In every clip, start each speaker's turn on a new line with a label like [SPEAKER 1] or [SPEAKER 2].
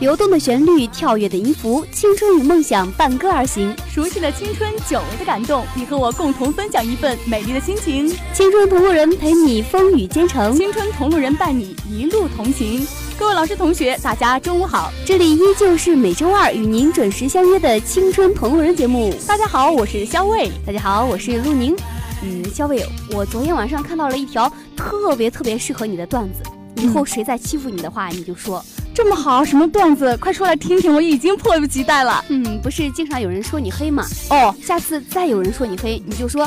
[SPEAKER 1] 流动的旋律，跳跃的音符，青春与梦想伴歌而行。
[SPEAKER 2] 熟悉的青春，久违的感动，你和我共同分享一份美丽的心情。
[SPEAKER 1] 青春同路人陪你风雨兼程，
[SPEAKER 2] 青春同路人伴你一路同行。各位老师、同学，大家中午好！
[SPEAKER 1] 这里依旧是每周二与您准时相约的《青春同路人》节目。
[SPEAKER 2] 大家好，我是肖卫。
[SPEAKER 1] 大家好，我是陆宁。嗯，肖卫，我昨天晚上看到了一条特别特别适合你的段子，以后谁再欺负你的话，你就说。
[SPEAKER 2] 这么好，什么段子？快说来听听，我已经迫不及待了。
[SPEAKER 1] 嗯，不是经常有人说你黑吗？
[SPEAKER 2] 哦，
[SPEAKER 1] 下次再有人说你黑，你就说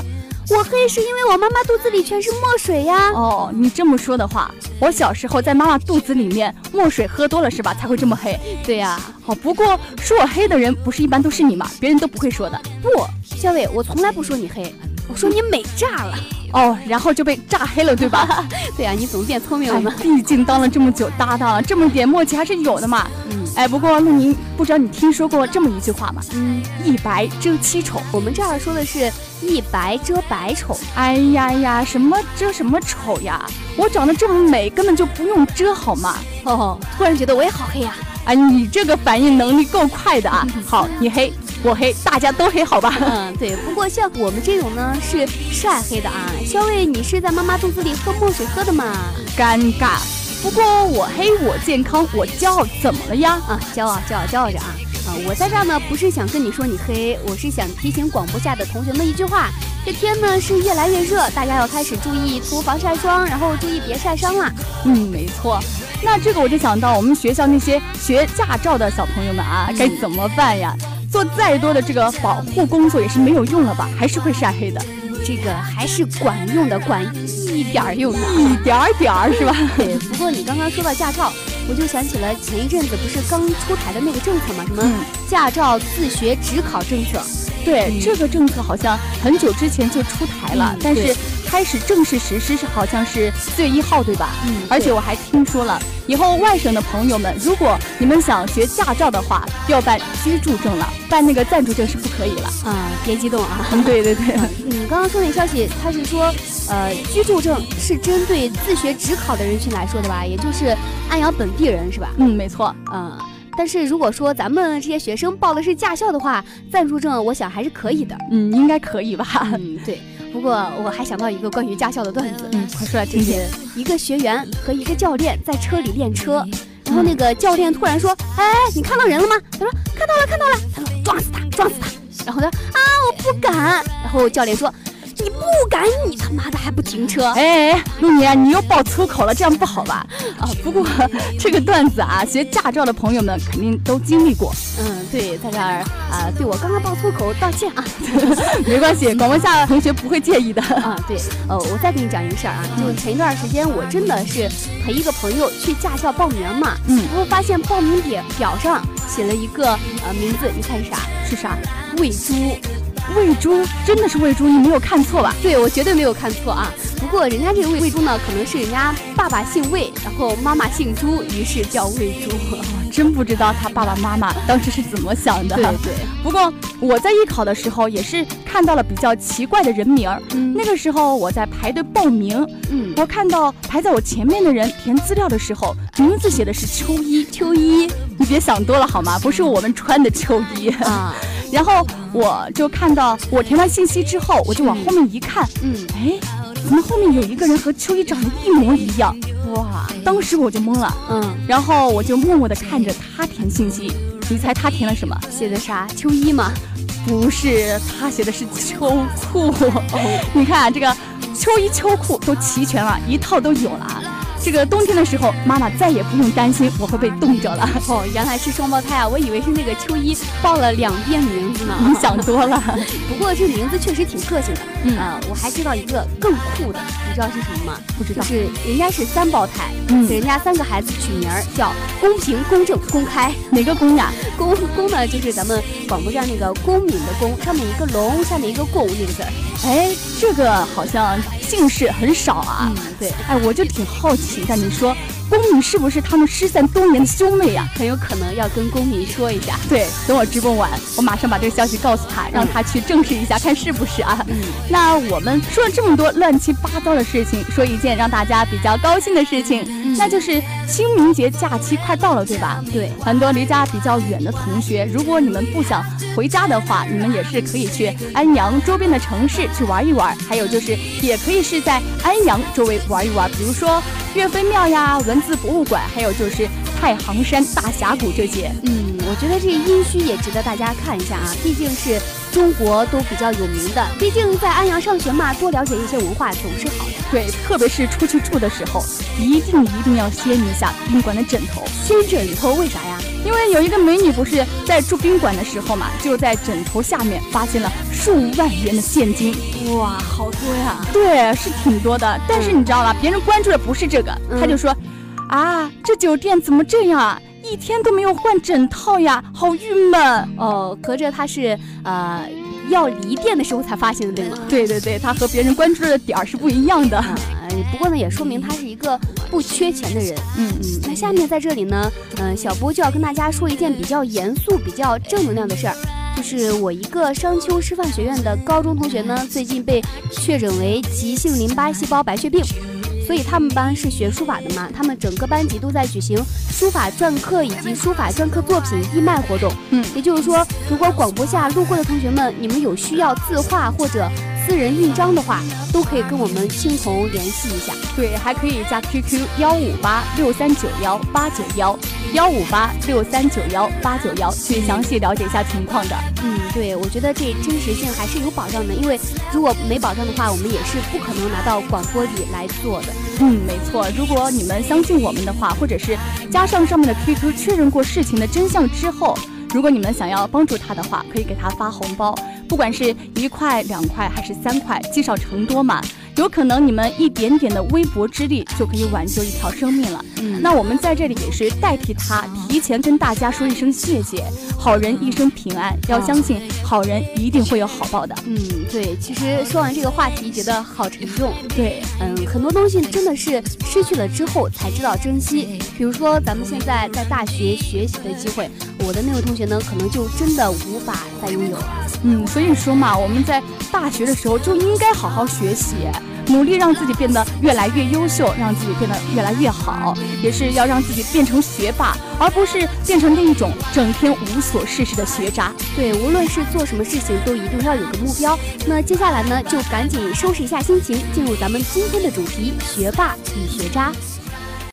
[SPEAKER 1] 我黑是因为我妈妈肚子里全是墨水呀。
[SPEAKER 2] 哦，你这么说的话，我小时候在妈妈肚子里面墨水喝多了是吧，才会这么黑。
[SPEAKER 1] 对呀、
[SPEAKER 2] 好，不过说我黑的人不是一般都是你嘛，别人都不会说的。
[SPEAKER 1] 不，肖伟，我从来不说你黑， 我说你美炸了。
[SPEAKER 2] 哦，然后就被炸黑了，对吧？
[SPEAKER 1] 对呀、啊你怎么变聪明了
[SPEAKER 2] 哎
[SPEAKER 1] 呢？
[SPEAKER 2] 毕竟当了这么久搭档了，这么点默契还是有的嘛。
[SPEAKER 1] 嗯
[SPEAKER 2] 哎，不过陆宁，不知道你听说过这么一句话吗？
[SPEAKER 1] 嗯，
[SPEAKER 2] 一白遮七丑。
[SPEAKER 1] 我们这儿说的是一白遮百丑，
[SPEAKER 2] 哎呀呀，什么遮什么丑呀？我长得这么美，根本就不用遮好吗？
[SPEAKER 1] 哦，突然觉得我也好黑啊呀、
[SPEAKER 2] 哎，你这个反应能力够快的啊！好，你黑，我黑，大家都黑，好吧？
[SPEAKER 1] 嗯，对。不过像我们这种呢是晒黑的啊。肖伟，你是在妈妈肚子里喝墨水喝的嘛？
[SPEAKER 2] 尴尬。不过我黑，我健康，我骄傲，怎么了呀？
[SPEAKER 1] 啊，骄傲，骄傲，骄傲着啊！啊，我在这儿呢，不是想跟你说你黑，我是想提醒广播下的同学们一句话：这天呢是越来越热，大家要开始注意涂防晒霜，然后注意别晒伤啦。
[SPEAKER 2] 嗯，没错。那这个我就想到我们学校那些学驾照的小朋友们啊，
[SPEAKER 1] 嗯
[SPEAKER 2] 该怎么办呀？做再多的这个保护工作也是没有用了吧，还是会晒黑的，
[SPEAKER 1] 这个还是管用的，管一点儿用的。啊
[SPEAKER 2] 一嗯点儿点儿是吧？
[SPEAKER 1] 对，不过你刚刚说到驾照，我就想起了前一阵子不是刚出台的那个政策嘛，什么
[SPEAKER 2] 嗯，
[SPEAKER 1] 驾照自学只考政策。
[SPEAKER 2] 对，
[SPEAKER 1] 嗯
[SPEAKER 2] 这个政策好像很久之前就出台了，
[SPEAKER 1] 嗯
[SPEAKER 2] 但
[SPEAKER 1] 对
[SPEAKER 2] 是开始正式实施是好像是四月一号，对吧？
[SPEAKER 1] 嗯
[SPEAKER 2] 而且我还听说了，以后外省的朋友们，如果你们想学驾照的话，要办居住证了，办那个暂住证是不可以了。
[SPEAKER 1] 啊、别激动啊。
[SPEAKER 2] 嗯，对对对。
[SPEAKER 1] 你刚刚说那消息，他是说，呃，居住证是针对自学只考的人群来说的吧，也就是安阳本地人是吧？
[SPEAKER 2] 嗯，没错，
[SPEAKER 1] 嗯，但是如果说咱们这些学生报的是驾校的话，暂住证我想还是可以的。
[SPEAKER 2] 嗯，应该可以吧？
[SPEAKER 1] 嗯，对。不过我还想到一个关于驾校的段子，
[SPEAKER 2] 嗯，快说来听
[SPEAKER 1] 就是
[SPEAKER 2] 听。
[SPEAKER 1] 一个学员和一个教练在车里练
[SPEAKER 2] 嗯
[SPEAKER 1] 车，然后那个教练突然说：“哎，你看到人了吗？”他说：“看到了，看到了。”他说：“撞死他，撞死他。”然后他说：“啊，我不敢。”然后教练说：“你不敢，你他妈的还不停车
[SPEAKER 2] 哎，哎陆宁啊，你又爆粗口了，这样不好吧？啊，不过这个段子啊，学驾照的朋友们肯定都经历过，！”
[SPEAKER 1] 嗯，对，在这儿啊、对我刚刚爆粗口道歉啊
[SPEAKER 2] 没关系，广播下的同学不会介意的。
[SPEAKER 1] 啊！对，呃，我再跟你讲一个事儿啊，就前一段时间我真的是陪一个朋友去驾校报名嘛，
[SPEAKER 2] 嗯
[SPEAKER 1] 然后发现报名表表上写了一个呃名字，你猜是啥？
[SPEAKER 2] 是啥？
[SPEAKER 1] 喂猪。
[SPEAKER 2] 喂猪，真的是喂猪，你没有看错啊吧？
[SPEAKER 1] 对，我绝对没有看错啊。不过人家这个喂猪呢，可能是人家爸爸姓魏，然后妈妈姓朱，于是叫喂 猪。
[SPEAKER 2] 真不知道他爸爸妈妈当时是怎么想的。
[SPEAKER 1] 对，
[SPEAKER 2] 不过我在艺考的时候也是看到了比较奇怪的人名儿。
[SPEAKER 1] 嗯
[SPEAKER 2] 那个时候我在排队报名，
[SPEAKER 1] 嗯，
[SPEAKER 2] 我看到排在我前面的人填资料的时候，名字写的是秋衣。秋衣，你别想多了好吗？不是我们穿的秋衣。
[SPEAKER 1] 啊，
[SPEAKER 2] 然后我就看到我填完信息之后，我就往后面一看，
[SPEAKER 1] 嗯，
[SPEAKER 2] 哎，怎么后面有一个人和秋衣长得一模一样？哇！当时我就懵了。
[SPEAKER 1] 嗯，
[SPEAKER 2] 然后我就默默地看着他填信息。你猜他填了什么？
[SPEAKER 1] 写的啥？秋衣嘛。
[SPEAKER 2] 不是，他写的是秋裤。 你看、啊、这个秋衣秋裤都齐全了，一套都有了啊。这个冬天的时候，妈妈再也不用担心我会被冻着了。
[SPEAKER 1] 哦，原来是双胞胎啊！我以为是那个秋衣报了两遍名 字呢。
[SPEAKER 2] 你想多了，
[SPEAKER 1] 不过这名字确实挺个性的。
[SPEAKER 2] 嗯
[SPEAKER 1] 啊，我还知道一个更酷的，你知道是什么吗？
[SPEAKER 2] 不知
[SPEAKER 1] 就
[SPEAKER 2] 道。
[SPEAKER 1] 是人家是三胞胎，
[SPEAKER 2] 嗯
[SPEAKER 1] 给人家三个孩子取名儿叫公平、公正、公开。
[SPEAKER 2] 哪个公呀？
[SPEAKER 1] 公公呢，就是咱们广播站那个公民的公，上面一个龙，下面一个共那个字儿。
[SPEAKER 2] 哎，这个好像姓氏很少啊。
[SPEAKER 1] 嗯，对，
[SPEAKER 2] 哎，我就挺好奇的，你说宫女是不是他们失散多年的兄妹啊呀、
[SPEAKER 1] 很有可能要跟公民说一下。
[SPEAKER 2] 对，等我直播完，我马上把这个消息告诉他，让他去证实一下，看是不是啊。
[SPEAKER 1] 嗯，
[SPEAKER 2] 那我们说了这么多乱七八糟的事情，说一件让大家比较高兴的事情。那就是清明节假期快到了，对吧？
[SPEAKER 1] 嗯对，
[SPEAKER 2] 很多离家比较远的同学，如果你们不想回家的话，你们也是可以去安阳周边的城市去玩一玩，还有就是也可以是在安阳周围玩一玩，比如说岳飞庙呀、文字博物馆，还有就是太行山大峡谷这些。
[SPEAKER 1] 嗯，我觉得这殷墟也值得大家看一下啊，毕竟是中国都比较有名的，毕竟在安阳上学嘛，多了解一些文化总是好的。
[SPEAKER 2] 对，特别是出去住的时候，一定一定要掀一下宾馆的枕头。
[SPEAKER 1] 先枕头为啥呀？
[SPEAKER 2] 因为有一个美女不是在住宾馆的时候嘛，就在枕头下面发现了数万元的现金。
[SPEAKER 1] 哇，好多呀！
[SPEAKER 2] 对，是挺多的。但是你知道吧，别人关注的不是这个，
[SPEAKER 1] 嗯
[SPEAKER 2] 他就说，啊，这酒店怎么这样啊？一天都没有换枕套呀，好郁闷。
[SPEAKER 1] 哦，合着他是呃要离店的时候才发现的，对吗？
[SPEAKER 2] 对对对，他和别人关注的点儿是不一样的。
[SPEAKER 1] 啊、不过呢，也说明他是一个不缺钱的人。
[SPEAKER 2] 嗯
[SPEAKER 1] 嗯，那下面在这里呢，嗯、小波就要跟大家说一件比较严肃、比较正能量的事儿，就是我一个商丘师范学院的高中同学呢，最近被确诊为急性淋巴细胞白血病。所以他们班是学书法的嘛，他们整个班级都在举行书法篆刻以及书法篆刻作品义卖活动。
[SPEAKER 2] 嗯
[SPEAKER 1] 也就是说，如果广播下路过的同学们，你们有需要字画或者私人印章的话，都可以跟我们青铜联系一下。
[SPEAKER 2] 对，还可以加 QQ 幺五八六三九幺八九幺幺五八六三九幺八九幺去详细了解一下情况的。
[SPEAKER 1] 嗯，对，我觉得这真实性还是有保障的，因为如果没保障的话，我们也是不可能拿到广播里来做的。
[SPEAKER 2] 嗯，没错。如果你们相信我们的话，或者是加上上面的 QQ 确认过事情的真相之后，如果你们想要帮助他的话，可以给他发红包，不管是一块、两块还是三块，积少成多嘛。有可能你们一点点的微薄之力就可以挽救一条生命了。
[SPEAKER 1] 嗯
[SPEAKER 2] 那我们在这里也是代替他，提前跟大家说一声谢谢。好人一生平安，要相信好人一定会有好报的。
[SPEAKER 1] 嗯，对，其实说完这个话题，觉得好沉重。
[SPEAKER 2] 对，
[SPEAKER 1] 嗯，很多东西真的是失去了之后才知道珍惜。比如说咱们现在在大学学习的机会，我的那位同学呢，可能就真的无法再拥有。
[SPEAKER 2] 嗯，所以说嘛，我们在大学的时候就应该好好学习，努力让自己变得越来越优秀，让自己变得越来越好，也是要让自己变成学霸，而不是变成那一种整天无所事事的学渣。
[SPEAKER 1] 对，无论是做什么事情，都一定要有个目标。那接下来呢，就赶紧收拾一下心情，进入咱们今天的主题——学霸与学渣。